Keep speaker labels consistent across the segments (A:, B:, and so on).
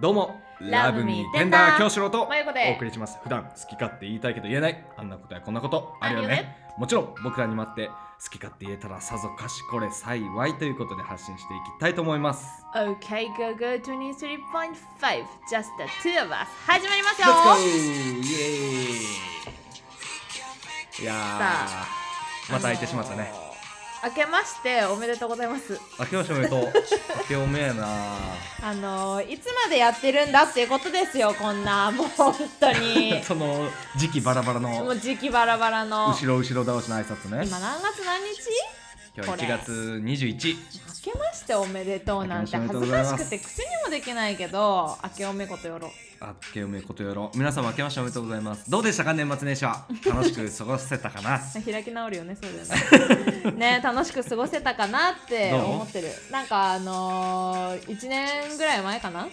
A: どうもラ
B: ラ
A: ブ
B: ブ
A: ミ
B: ミ
A: ー
B: ー
A: テ
B: テ
A: ン
B: ン
A: ダ
B: ダ
A: ー
B: ー
A: 京志郎と
B: まゆこで
A: お送りします普段好き勝手言いたいけど言えないあんなことやこんなことあるよね
B: あるよね
A: もちろん僕らに待って好き勝手言えたらさぞかしこれ幸いということで発信していきたいと思います
B: OK, go, go, 23.5 Just the two of us 始まります
A: Let's
B: よ
A: go! イエーイいや
B: さ
A: ーまた開いてしまったね、
B: あのー明けましておめでとうございます
A: 明けましておめでとう明けおめえな
B: あのーいつまでやってるんだっていうことですよこんなもう本当 に
A: その時期バラバラの
B: もう時期バラバラの
A: 後ろ後ろ倒しの挨拶ね
B: 今何月何日
A: 今日は
B: これ
A: 1月21
B: 明けましておめでとうなんて
A: 明けま
B: 恥
A: しておめでとうご
B: ず
A: ざい
B: か
A: ます
B: しくて口にもできないけど明けおめことよろ
A: あっけおめことよろ皆様明けましておめでとうございますどうでしたか年末年始は楽しく過ごせたかな
B: 開き直るよねそうだよねね楽しく過ごせたかなって
A: どう
B: 思ってるなんかあのー、1年ぐらい前かな、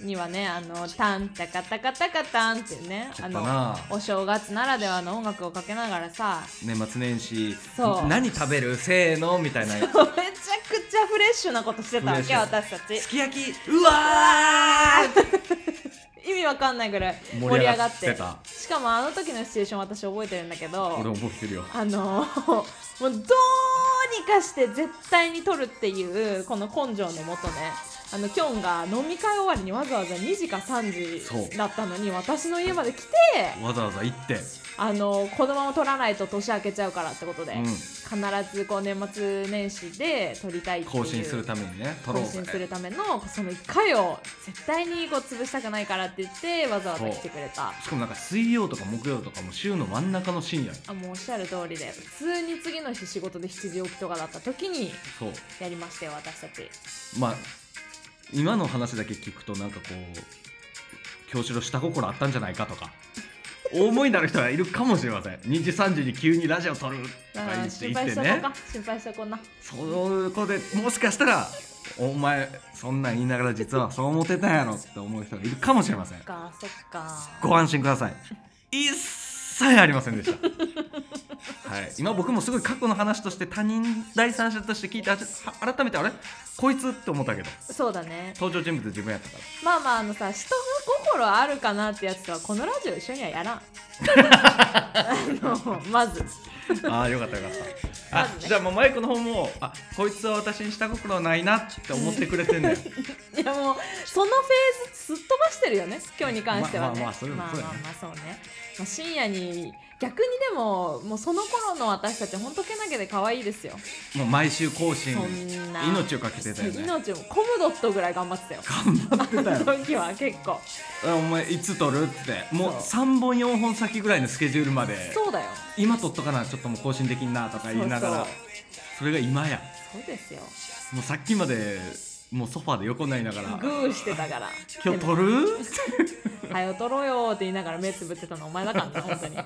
B: にはね「あのタンタカタカタカタン」っていうね
A: 買
B: あ
A: った
B: の
A: な
B: お正月ならではの音楽をかけながらさ
A: 年末年始
B: そう
A: 何食べるせーのみたいな
B: めちゃくちゃフレッシュなことしてたわ
A: フレッシ
B: け
A: ュ
B: 私たち
A: すき焼きうわー
B: 意味わかんないぐらい
A: 盛り
B: 盛り
A: 上
B: 上
A: が
B: が
A: っ
B: ってて
A: た
B: しかもあの時のシチュエーション私覚えてるんだけど
A: 俺覚えてるよ
B: あの もうどうにかして絶対に取るっていうこの根性のもとねあのキョンが飲み会終わりにわざわざ2時か
A: そう
B: 3時だったのに私の家まで来て
A: わざわざ行って
B: あの子供を取らないと年明けちゃうからってことで、
A: うん
B: 必ずこう年末年始で取りたいっていう
A: 更新するためにね取ろ
B: 更
A: うぜ
B: 新するためのその1回を絶対にこう潰したくないからって言ってわざわざ来てくれた
A: しかもなんか水曜とか木曜とかも週の真ん中の深夜
B: あもうおっしゃる通りで普通に次の日仕事で7時起きとかだった時に
A: そう
B: やりましたよ私たち
A: まあ今の話だけ聞くとなんかこう京志郎下心あったんじゃないかとかお思いになる人はいるかもしれません2時3時に急にラジオ撮るとか言
B: あー
A: って
B: 心
A: いて
B: 配しとこう
A: ね
B: か心配しとこうな
A: そこでもしかしたらお前そんなん言いながら実はそう思ってたんやろって思う人がいるかもしれません
B: そっかそっか
A: ご安心ください一切ありませんでしたはい今僕もすごい過去の話として他人第三者として聞いてあは改めてあれこいつって思ったけど
B: そうだね
A: 登場人物自分やったから
B: まあまああのさ人心あるかなってやつとはこのラジオ一緒には やらんあのまず
A: ああよかったよかったあ、
B: まずね
A: じゃあもうマイクの方もあこいつは私に下心はないなって思ってくれて んだよ
B: いやもうそのフェーズすっ飛ばしてるよね今日に関してはね
A: まあまあまあそれも
B: まあ
A: そう
B: ま
A: やね
B: あまあそうね、まあ、深夜に逆にでももうその頃の私たちほんとけなげで可愛いですよ
A: もう毎週更新
B: そんな
A: 命をかけてたよね
B: 命をコムドットぐらい頑張ってたよ
A: 頑張ってた
B: あの
A: よ
B: 時は結構
A: あお前いつ撮るってもう
B: そう
A: 3本4本先ぐらいのスケジュールまで
B: そうだよ
A: 今撮っとかなちょっともう更新できんなとか言いながら
B: そう
A: それが今や
B: そうですよ
A: もうさっきまでもうソファーで横になりながら
B: グーしてたから
A: 「今日撮 る?」
B: はよ取ろうよって言いながら目つぶってたのお前だからな 本当に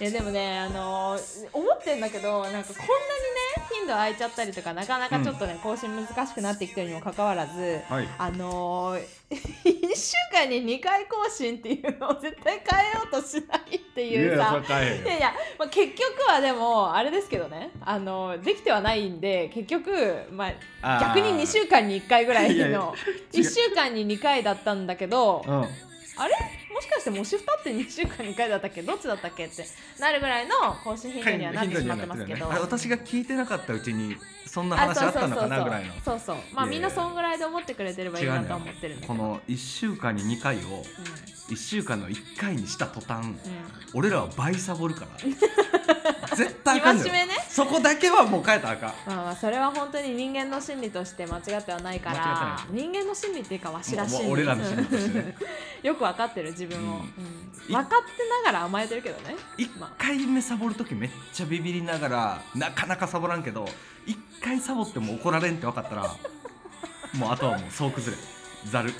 B: いやでもねあのー思ってんだけどなんかこんなにね頻度空いちゃったりとかなかなかちょっとね、更新難しくなってきてるにもかかわらず、
A: はい
B: あのー、1週間に2回更新っていうのを絶対変えようとしないって
A: い
B: いうさ
A: それ大
B: いや
A: 変よ
B: いや、まあ、結局はでもあれですけどねあのできてはないんで結局、ま
A: あ
B: あ、
A: ー
B: 逆に2週間に1回ぐらい
A: いやいや
B: の1週間に2回だったんだけど
A: うん
B: あれもしかして「もしふた」って2週間に1回だったっけどっちだったっけってなるぐらいの更新頻度にはなってしまってますけど。
A: あれ私が聞いてなかったうちにそんな話あったのかなぐらいの
B: そうそうそうそうまあ
A: いや
B: み
A: い
B: ん
A: や
B: なそんぐらいで思ってくれてればいいなとは思ってるんだけ
A: こ
B: ど
A: の1週間に2回を1週間の1回にした途端
B: うんうん
A: 俺らは倍サボるから 絶対あかんの
B: 戒
A: よ
B: めね
A: そこだけはもう変えたらあかん
B: まあまあそれは本当に人間の心理として間違ってはないか
A: 間違っ
B: ら
A: て
B: 人間の心理っていうかわしら
A: もう
B: 心
A: も
B: 理
A: う俺らの心理としてね
B: よく分かってる自分を、
A: うん
B: うん
A: い
B: 分かってながら甘えてるけどね
A: 1回目サボる時めっちゃビビりながらなかなかサボらんけど1回サボっても怒られんって分かったらもうあとはもう総崩れざる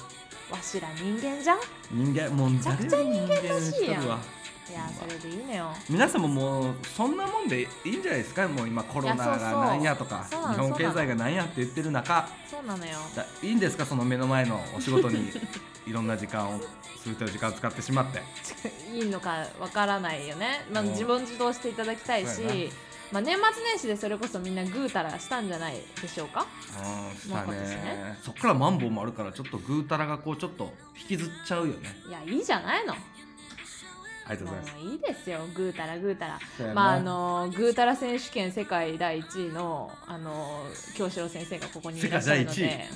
B: わしら人間じゃんい
A: 人間もう
B: ちゃくちゃ人間らしいやん
A: 誰も人間にとるわ
B: やそれでいいのよ
A: 皆さんももうそんなもんでいいんじゃないですかもう今コロナ
B: いやそうそう
A: がなんやとか
B: そうなの
A: 日本
B: そうな
A: 経
B: の
A: 済がなんやって言ってる中
B: そうなの よ
A: だいいんですかその目の前のお仕事にいろんな時間を全ての時間を使ってしまって
B: いいのかわからないよね、まあ、
A: うん
B: 自問自答していただきたいし
A: そうやな
B: まあ、年末年始でそれこそみんなぐうたらしたんじゃないでしょうか
A: あーした
B: まあ
A: ね
B: 今年ね
A: そっからマンボウもあるからちょっとぐうたらがこうちょっと引きずっちゃうよね
B: いやいいじゃないの
A: ありがとう
B: も
A: ございます
B: ういいですよぐうたらぐうたら
A: そうやな
B: まああのぐうたら選手権世界第1位のあの京志郎先生がここにいらっしゃるの
A: 世界
B: で、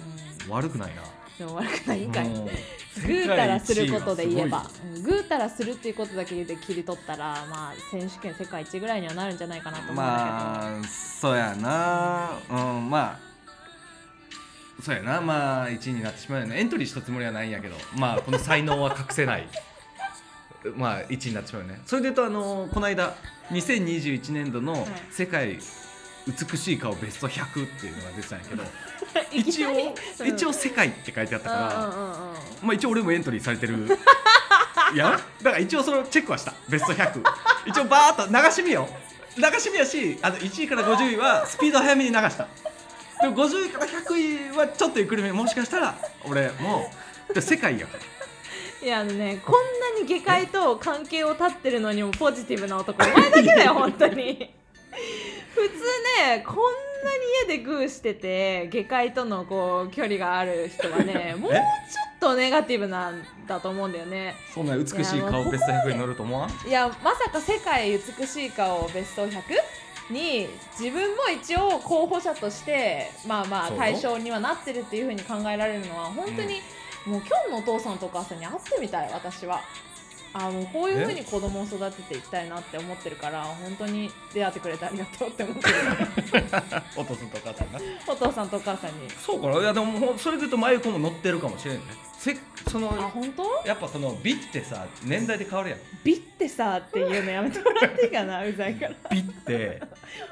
A: 悪くないな
B: うん、でも悪くないんかい
A: もう
B: ぐうたらすることで言えば
A: 世界一位はす
B: うんぐうたらするっていうことだけで切り取ったらまあ選手権世界一ぐらいにはなるんじゃないかなと思うんだけど、
A: まあそうやなうんまあそうやなまあ1位になってしまうよねエントリーしたつもりはないんやけどまあこの才能は隠せないまあ1位になってしまうよねそれで言うとあのこの間2021年度の
B: い
A: 世界美しい顔ベスト100っていうのが出てたんやけど
B: いき
A: 一
B: なり
A: 応
B: うん
A: 一応世界って書いてあったから、
B: うんうんうんうん
A: まあ一応俺もエントリーされて るいやだから一応そのチェックはしたベスト100一応バーっと流し見よ流し見やしあの1位から50位はスピード早めに流したでも50位から100位はちょっとゆっくりめもしかしたら俺もうで世界やから
B: いやあのねこんなに下界と関係を立ってるのにもポジティブな男お前だけだよ 本当に普通ねこんなに家でグーしてて下界とのこう距離がある人は ねもうちょっとネガティブなんだと思うんだよね
A: そんな美しい
B: いやも
A: 顔
B: う
A: ベスト100に乗ると思 わん
B: いやまさか世界美しい顔ベスト 100? に自分も一応候補者としてまあまあ
A: そう
B: 対象にはなってるっていうふうに考えられるのは本当に、もう今日のお父さんとお母さんに会ってみたい私はあもうこういうふうに子供を育てていきたいなって思ってるから本当に出会ってくれてありがとうって思ってる
A: お父さんとお母さんが
B: お父さんとお母さんに
A: そうかないやでもほんそれで言うと真由子も乗ってるかもしれんねせその
B: あ本当
A: やっぱその美ってさ年代で変わるやん
B: ビってさっていうのやめてもらっていいかなうざいから
A: 美って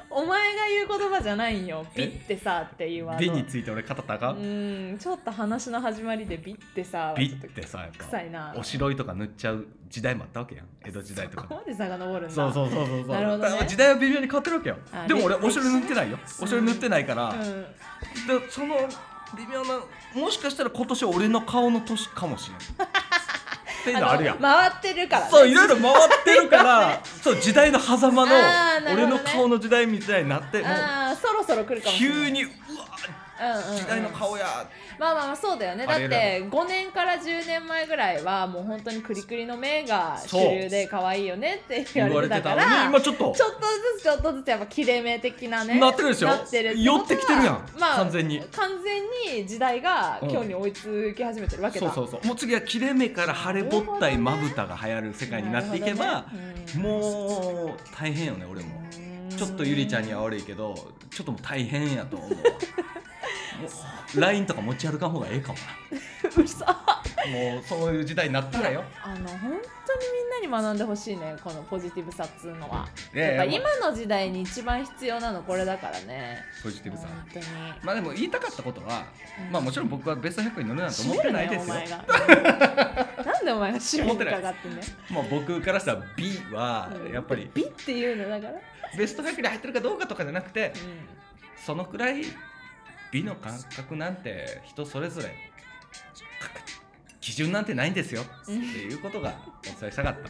B: お前が言う言葉じゃないんよビってさっていうワー
A: 美
B: ド
A: について俺語ったか
B: うんちょっと話の始まりでビってさ
A: 美ってさやっぱ
B: 臭いな
A: おしろいとか塗っちゃう時代もあったわけやん江戸時代と
B: ここ
A: か
B: まで遡るんだ
A: そうそうそうそうそう
B: なるほどね
A: だから時代は微妙に変わってるわけよ
B: あ
A: でも俺
B: 歴史
A: おしろい塗ってないよおしろい塗ってないから、
B: うん、
A: でその微妙なもしかしたら今年俺の顔の年かもし れんっていうのあるやん
B: の回ってるから、ね、
A: そういろいろ回ってるから そう時代の狭間の
B: あーなる
A: 俺
B: ほどね
A: の顔の時代みたいになってもう
B: ああそろそろ来るかもしれない
A: 急にうわ
B: うんうんうん
A: 時代の顔や
B: まあまあまあそうだよねだっ
A: あれ
B: て5年から10年前ぐらいはもう本当にクリクリの目が主流で可愛いよねって言
A: 言
B: わ
A: わ
B: れ
A: れ
B: てた
A: て
B: か
A: た
B: ら
A: のに今ちょっと
B: ちょっとずつちょっとずつやっぱ切れ目的なね
A: なってるでしょ
B: なってるってこと
A: 寄
B: は
A: ってきてるやん完全に
B: 完全に時代が
A: うん
B: 今日に追いつき始めてるわけだ、
A: そうそうそうもう次は切れ目から腫れぼったいまぶたが流行る世界になっていけば、
B: なるほどねうん
A: もう大変よね俺もちょっとゆりちゃんには悪いけどちょっともう大変やと 思うわもう LINE とか持ち歩かん方がええかも
B: うさ
A: なもうそういう時代になったらよ
B: あの本当にみんなに学んでほしいねこのポジティブさっつうのは、
A: いやいや
B: やっぱ今の時代に一番必要なのこれだからね
A: ポジティブさ
B: 本当に
A: まあでも言いたかったことは、
B: うん
A: まあもちろん僕はベスト100に乗るなんて思
B: 閉
A: っ
B: め
A: て
B: る
A: な
B: ない
A: で
B: よ
A: す
B: お
A: よ
B: 前 がなんでお前が締めにかかってんね
A: まあ僕からしたら B はやっぱり
B: ビっていうのだから、
A: ベスト100に入ってるかどうかとかじゃなくて
B: うん
A: そのくらい美の感覚なんて人それぞれ基準なんてないんですよって
B: うん
A: いうことがお伝えしたかった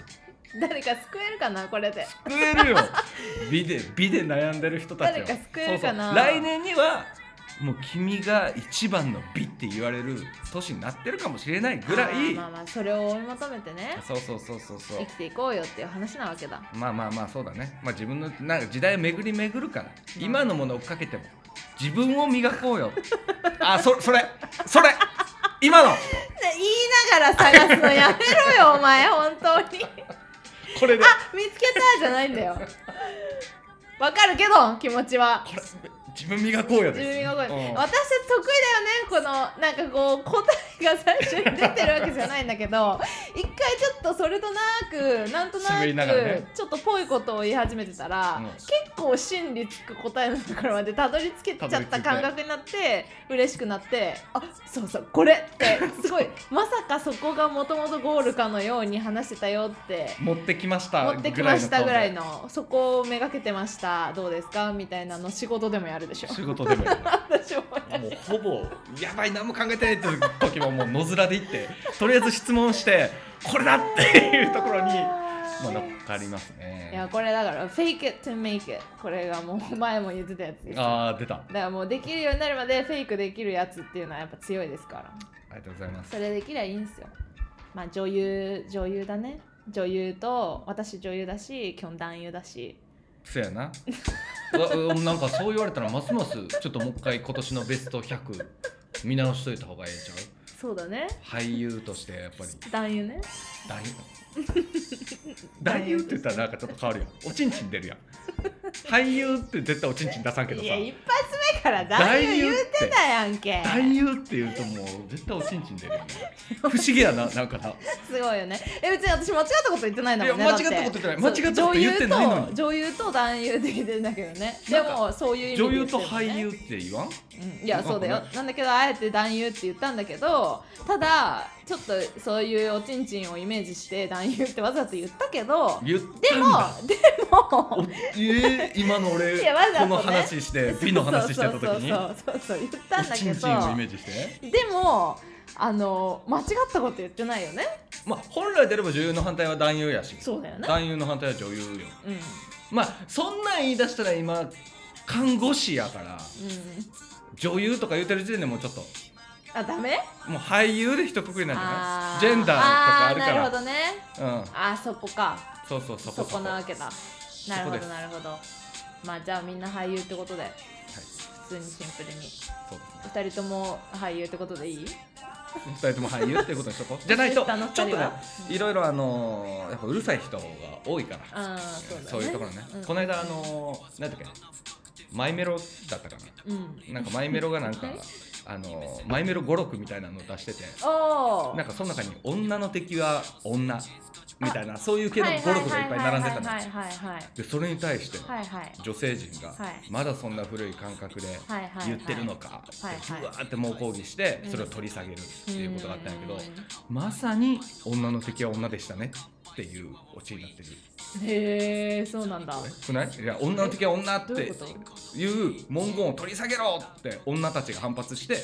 B: 誰か救えるかなこれで
A: 救えるよ 美で美で悩んでる人たちを
B: 誰か救えるかな
A: そうそう来年にはもう君が一番の美って言われる年になってるかもしれないぐら
B: あ
A: い
B: ーまあまあそれを追い求めてね
A: そうそうそうそうそ
B: 生
A: う
B: きていこうよっていう話なわ けだ
A: まあまあまあそうだねまあ自分のなんか時代を巡り巡るから
B: うん
A: 今のものを追っかけても自分を磨こうよあそそれそれ今の
B: 言いながら探すのやめろよお前本当に
A: これで
B: あ見つけたじゃないんだよわかるけど気持ちは
A: これ自分磨こうよ
B: 自
A: です
B: 分がこう私得
A: う
B: 意
A: ん
B: だよねこのなんかこう答えが最初に出てるわけじゃないんだけど一回ちょっとそれとなくなんとな
A: 喋りながら
B: く
A: ね
B: ちょっとぽいことを言い始めてたら、
A: うん
B: 結構真理つく答えのところまでたどり着けちゃった感覚になって嬉しくなってあそうそうこれってすごいまさかそこがもともとゴールかのように話してたよって
A: 持ってきました
B: 持ってきましたぐらい
A: の
B: のそこをめがけてましたどうですかみたいなの仕事でもやる でしょ
A: 顔で仕事でもやる
B: 私もやる
A: もうほぼやばい何も考えてないって時ももう野面で行ってとりあえず質問してこれだっていうところにまあ乗っかりますね
B: いやこれだから「fake it to make it」これがもう前も言ってたやつですだか
A: あー出たあ
B: らもうできるようになるまでフェイクできるやつっていうのはやっぱ強いですから
A: りがとうございます
B: それできりゃいいんすよまあ女優女優だね女優と私女優だしキョン男優だし
A: そやなうわうんなんかそう言われたらますますちょっともう一回今年のベスト100見直しといた方がええんちゃう
B: そうだね
A: 俳優としてやっぱり
B: 男優ね
A: 男優 男優って言ったらなんかちょっと変わるやんおちんちん出るやん俳優って絶対おちんちん出さんけど
B: い
A: さ
B: や一発目から男優言ってたやんけ
A: 男優って言うともう絶対おちんちん出るよね不思議やななんかな
B: すごいよねえ別に私間違ったこと言ってないんだもんね
A: いや間
B: だて
A: 違ったこと言ってない間違ったこと言ってないのに
B: そう女優と女優と男優って言ってんだけどねで
A: なんか
B: もそういう意味で
A: 女
B: 言
A: 優
B: って
A: と
B: るよね
A: 俳優って言わん
B: うんいやそうだよなんだけどあえて男優って言ったんだけどただちょっとそういうおちんちんをイメージして男優ってわざと言ったけど
A: 言っ
B: で
A: たん
B: も
A: だ
B: でも
A: おえー今の俺、
B: いやわざと
A: こ
B: ね
A: の話して美の話してた時に
B: そうそうそうそう言ったんだ
A: おち
B: け
A: んちんをイメ
B: ど
A: ージして
B: でもあの間違ったこと言ってないよね
A: まあ本来であれば女優の反対は男優やし
B: そうだよね
A: 男優の反対は女優よ
B: うんうん
A: まあそんなん言い出したら今看護師やから女優とか言うてる時点でもうちょっと
B: あダメ
A: もう俳優で一括りなんじゃ
B: あー
A: ないジェンダーとかあるか
B: ーな
A: ら
B: るほどね
A: うん
B: あそこか
A: そうそうそこそ
B: そ
A: こ
B: こなわけだ
A: こ
B: なるほ
A: で
B: ど
A: す
B: なるほどまあじゃあみんな俳優ってことで
A: はい
B: 普通にシンプルに
A: そうですね
B: 二人とも俳優ってことでいい
A: 二人とも俳優っていうことにしとこうじゃない と
B: 下の
A: ち
B: 二人
A: ょっとね
B: はい
A: ろいろあのーやっぱうるさい人が多いから
B: ああそうだね
A: そういうところね、
B: うん
A: この間あのー、なんだっけマイメロだったか
B: うん
A: ななんかマイメロがなんか
B: うん
A: あのー、マイメロ語録みたいなのを出してて
B: おお
A: なんかその中に女の敵は女みたいなそういう系の語録がいっぱい並んでたの
B: はいはいはいはい
A: でそれに対して
B: はいはい
A: 女性陣が
B: はい
A: まだそんな古い感覚で
B: はいはい
A: 言ってるのかって
B: はいはい
A: ふわーって猛抗議して
B: うん
A: それを取り下げるっていうことがあったんやけど
B: う
A: まさに女の敵は女でしたねっていうオチになってる
B: ーんへえそうなんだ
A: くないいや女の敵は女っ
B: どうい
A: て
B: うこと
A: いう文言を取り下げろって女たちが反発して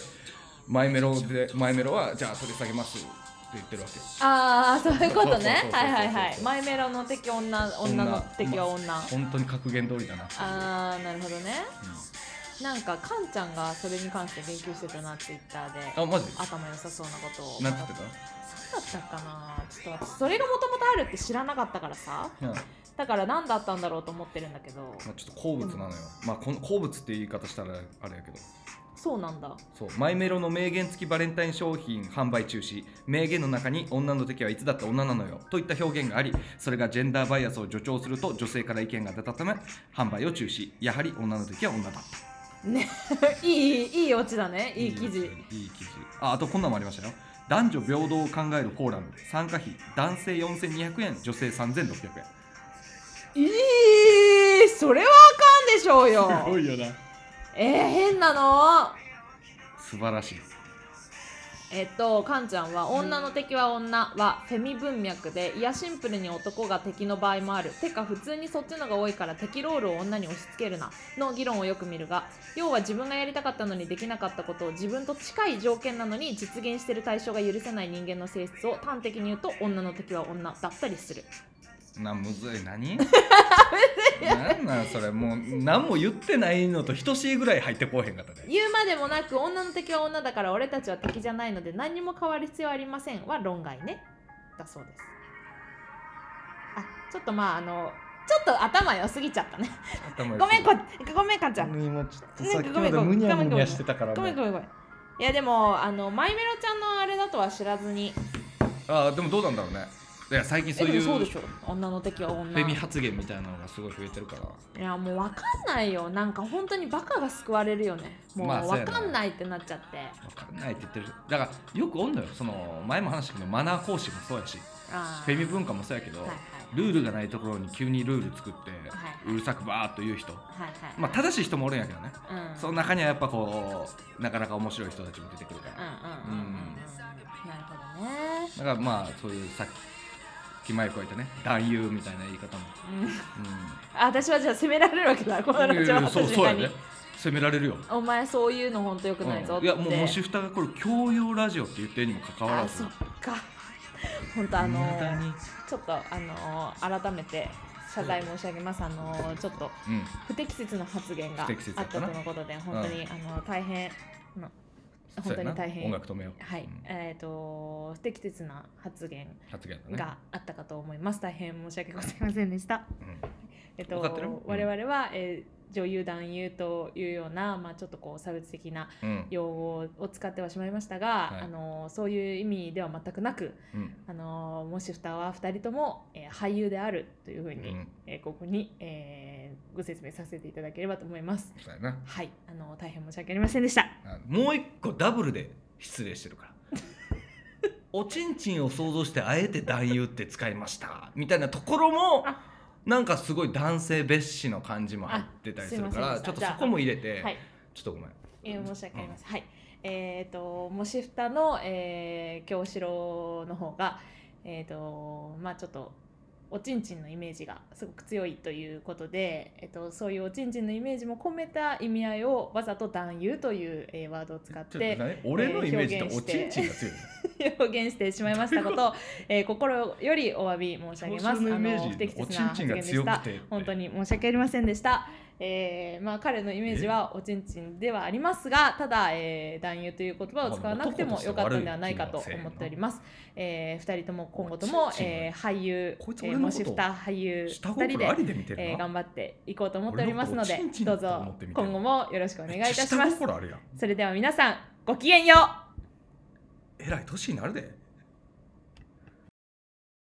A: マイメロでマイメロはじゃあ取り下げますって言ってるわけ
B: ああそういうこと
A: そ
B: ね
A: うそうそうそうそう
B: はいはいはいマイメロの敵女女の敵は女あ
A: 本当に格言通りだなっていう
B: あーなるほどねなんかかんちゃんがそれに関して言及してたなツイッターで
A: うんあマジ
B: 頭良さそうなことを
A: なんて言って
B: 何だったかなちょっと私それがもともとあるって知らなかったからさ
A: た、うんま
B: だから何だったんだろうと思ってるんだけど
A: あ、ちょっと好物なのよ、まあこの好物って言い方したらあれやけど
B: そうな んだ
A: そうマイメロの名言付きバレンタイン商品販売中止名言の中に女の敵はいつだって女なのよといった表現がありそれがジェンダーバイアスを助長すると女性から意見が出たため販売を中止やはり女の敵は女だった
B: ねいいいいオチだねいい記事
A: いい記事ああとこんなんもありましたよ男女平等を考えるフォーラム参加費男性4200円女性3600円
B: いいそれはあかんでしょうよ
A: いよな
B: えー、変なの
A: 素晴らしい
B: えっと、かんちゃんは「女の敵は女」はフェミ文脈でいやシンプルに男が敵の場合もあるてか普通にそっちのが多いから敵ロールを女に押し付けるなの議論をよく見るが要は自分がやりたかったのにできなかったことを自分と近い条件なのに実現してる対象が許せない人間の性質を端的に言うと女の敵は女だったりする
A: なむずい 何なんなんそれもう何も言ってないのと等しいぐらい入ってこうへんかったで
B: 言うまでもなく女の敵は女だから俺たちは敵じゃないので何にも変わる必要はありませんは論外ねだそうですあちょっとまああのちょっと頭良すぎちゃったね
A: 頭
B: ごめんこごめんかんちゃん
A: 今ちょっと
B: ね
A: さっき
B: ご
A: ま
B: めん
A: で
B: ごめ
A: む
B: ん
A: にゃむにゃしてたから
B: ごめん
A: も
B: ご
A: う
B: めんごめんいやでもあのマイメロちゃんのあれだとは知らずに
A: ああでもどうなんだろうねいや最近そういう
B: えでもそうで
A: フ
B: しょ女の敵は女
A: ェミ発言みたいなのがすごい増えてるから
B: いやもう分かんないよなんか本当にバカが救われるよねもう
A: まあそうや
B: 分
A: な
B: かんないってなっちゃって、
A: 分かんないって言ってるだからよくおんのよその前も話したけどマナー講師もそうやし
B: あー
A: フェミ文化もそうやけど、
B: はいはい
A: ルールがないところに急にルール作って、
B: はいう
A: るさくバーっと言う人
B: はいはい
A: まあ正しい人もおるんやけどね、
B: うん
A: その中にはやっぱこうなかなか面白い人たちも出てくるから、
B: うんうんうんうんうんなるほどね
A: だからまあそういうさっき前超えてね男優みたいな言い方も、
B: あ私はじゃあ責められるわけだこ
A: う
B: の
A: ん、い
B: 話
A: や
B: はい
A: やそう
B: 私
A: そうや
B: に
A: ね責められるよ
B: お前そういうの本当よくないぞって、
A: うんいやもうもしふたがこれ教養ラジオって言ってるにもかかわ
B: あ
A: らず
B: そっか本当あの
A: 未だに
B: ちょっとあの改めて謝罪申し上げますあのちょっと
A: うん
B: 不適切な発言があ
A: 不適切だ
B: っ
A: ったたな
B: とのことで本当に、あの大変の
A: そう
B: 本
A: や
B: 当
A: な
B: に大変
A: 音楽止めよう、
B: はい、
A: うん
B: えっ、と不適切な発言
A: 発言だね
B: があったかと思います、大変申し訳ございませんでした。
A: うん
B: えっと、
A: わかってるようん
B: 我々は、えー女優男優というような、まあ、ちょっとこう差別的な
A: うん
B: 用語を使ってはしまいましたが、
A: はい
B: あのそういう意味では全くなく
A: うん
B: あのもし二は2人とも、えー俳優であるというふう
A: う
B: に、
A: ん
B: えーここに、えーご説明させていただければと思います。
A: そうやな
B: はい、あの大変申し訳ありませんでした。
A: あもう一個ダブルで失礼してるからおちんちんを想像してあえて男優って使いましたみたいなところも
B: あ
A: なんかすごい男性蔑視の感じも入ってたりするか
B: あ
A: ら
B: すいません
A: ちょっとそこも入れて、
B: はい、
A: ちょっとごめん
B: えー申し訳ありません。はい、えっ、ともし二の、えー、京四郎の方がえっ、とまあちょっとおちんちんのイメージがすごく強いということで、えっ、とそういうおちんちんのイメージも込めた意味合いをわざと男優という、えーワードを使っ
A: ちょっと
B: て
A: 何俺のイメージって
B: えー
A: おち
B: 表
A: ん
B: 現
A: ち
B: し
A: んが強い
B: 表現してしまいましたことを、えー心よりお詫び申し上げます。
A: の
B: あ
A: イメ
B: の
A: ー
B: 不
A: ジ
B: 適
A: お
B: 切
A: ち
B: なん
A: ち
B: 発
A: ん
B: 言
A: が
B: でし
A: 強
B: た
A: く。て
B: 本当に申し訳ありませんでした。えーまあ彼のイメージはおちんちんではありますが、ただ、えー、男優という言葉を使わなくてもよかったのではないかと思っております。えー、二人とも今後とも
A: お、ちんちん
B: えー、俳優、
A: こいつ
B: え
A: 俺の
B: ー、も
A: こと
B: し二俳優
A: 下
B: 二人
A: 心あ
B: で、
A: りで見て
B: え
A: る
B: ー、
A: な
B: 頑張っていこうと思っておりますので、
A: 俺のことおちんちんだ
B: どう
A: と思
B: ぞ
A: って見てる
B: 今後もよろしくお願いいたしま
A: めっちゃ下
B: す。
A: 心あるやん
B: それでは皆さんごきげんよう。
A: えらい年になるで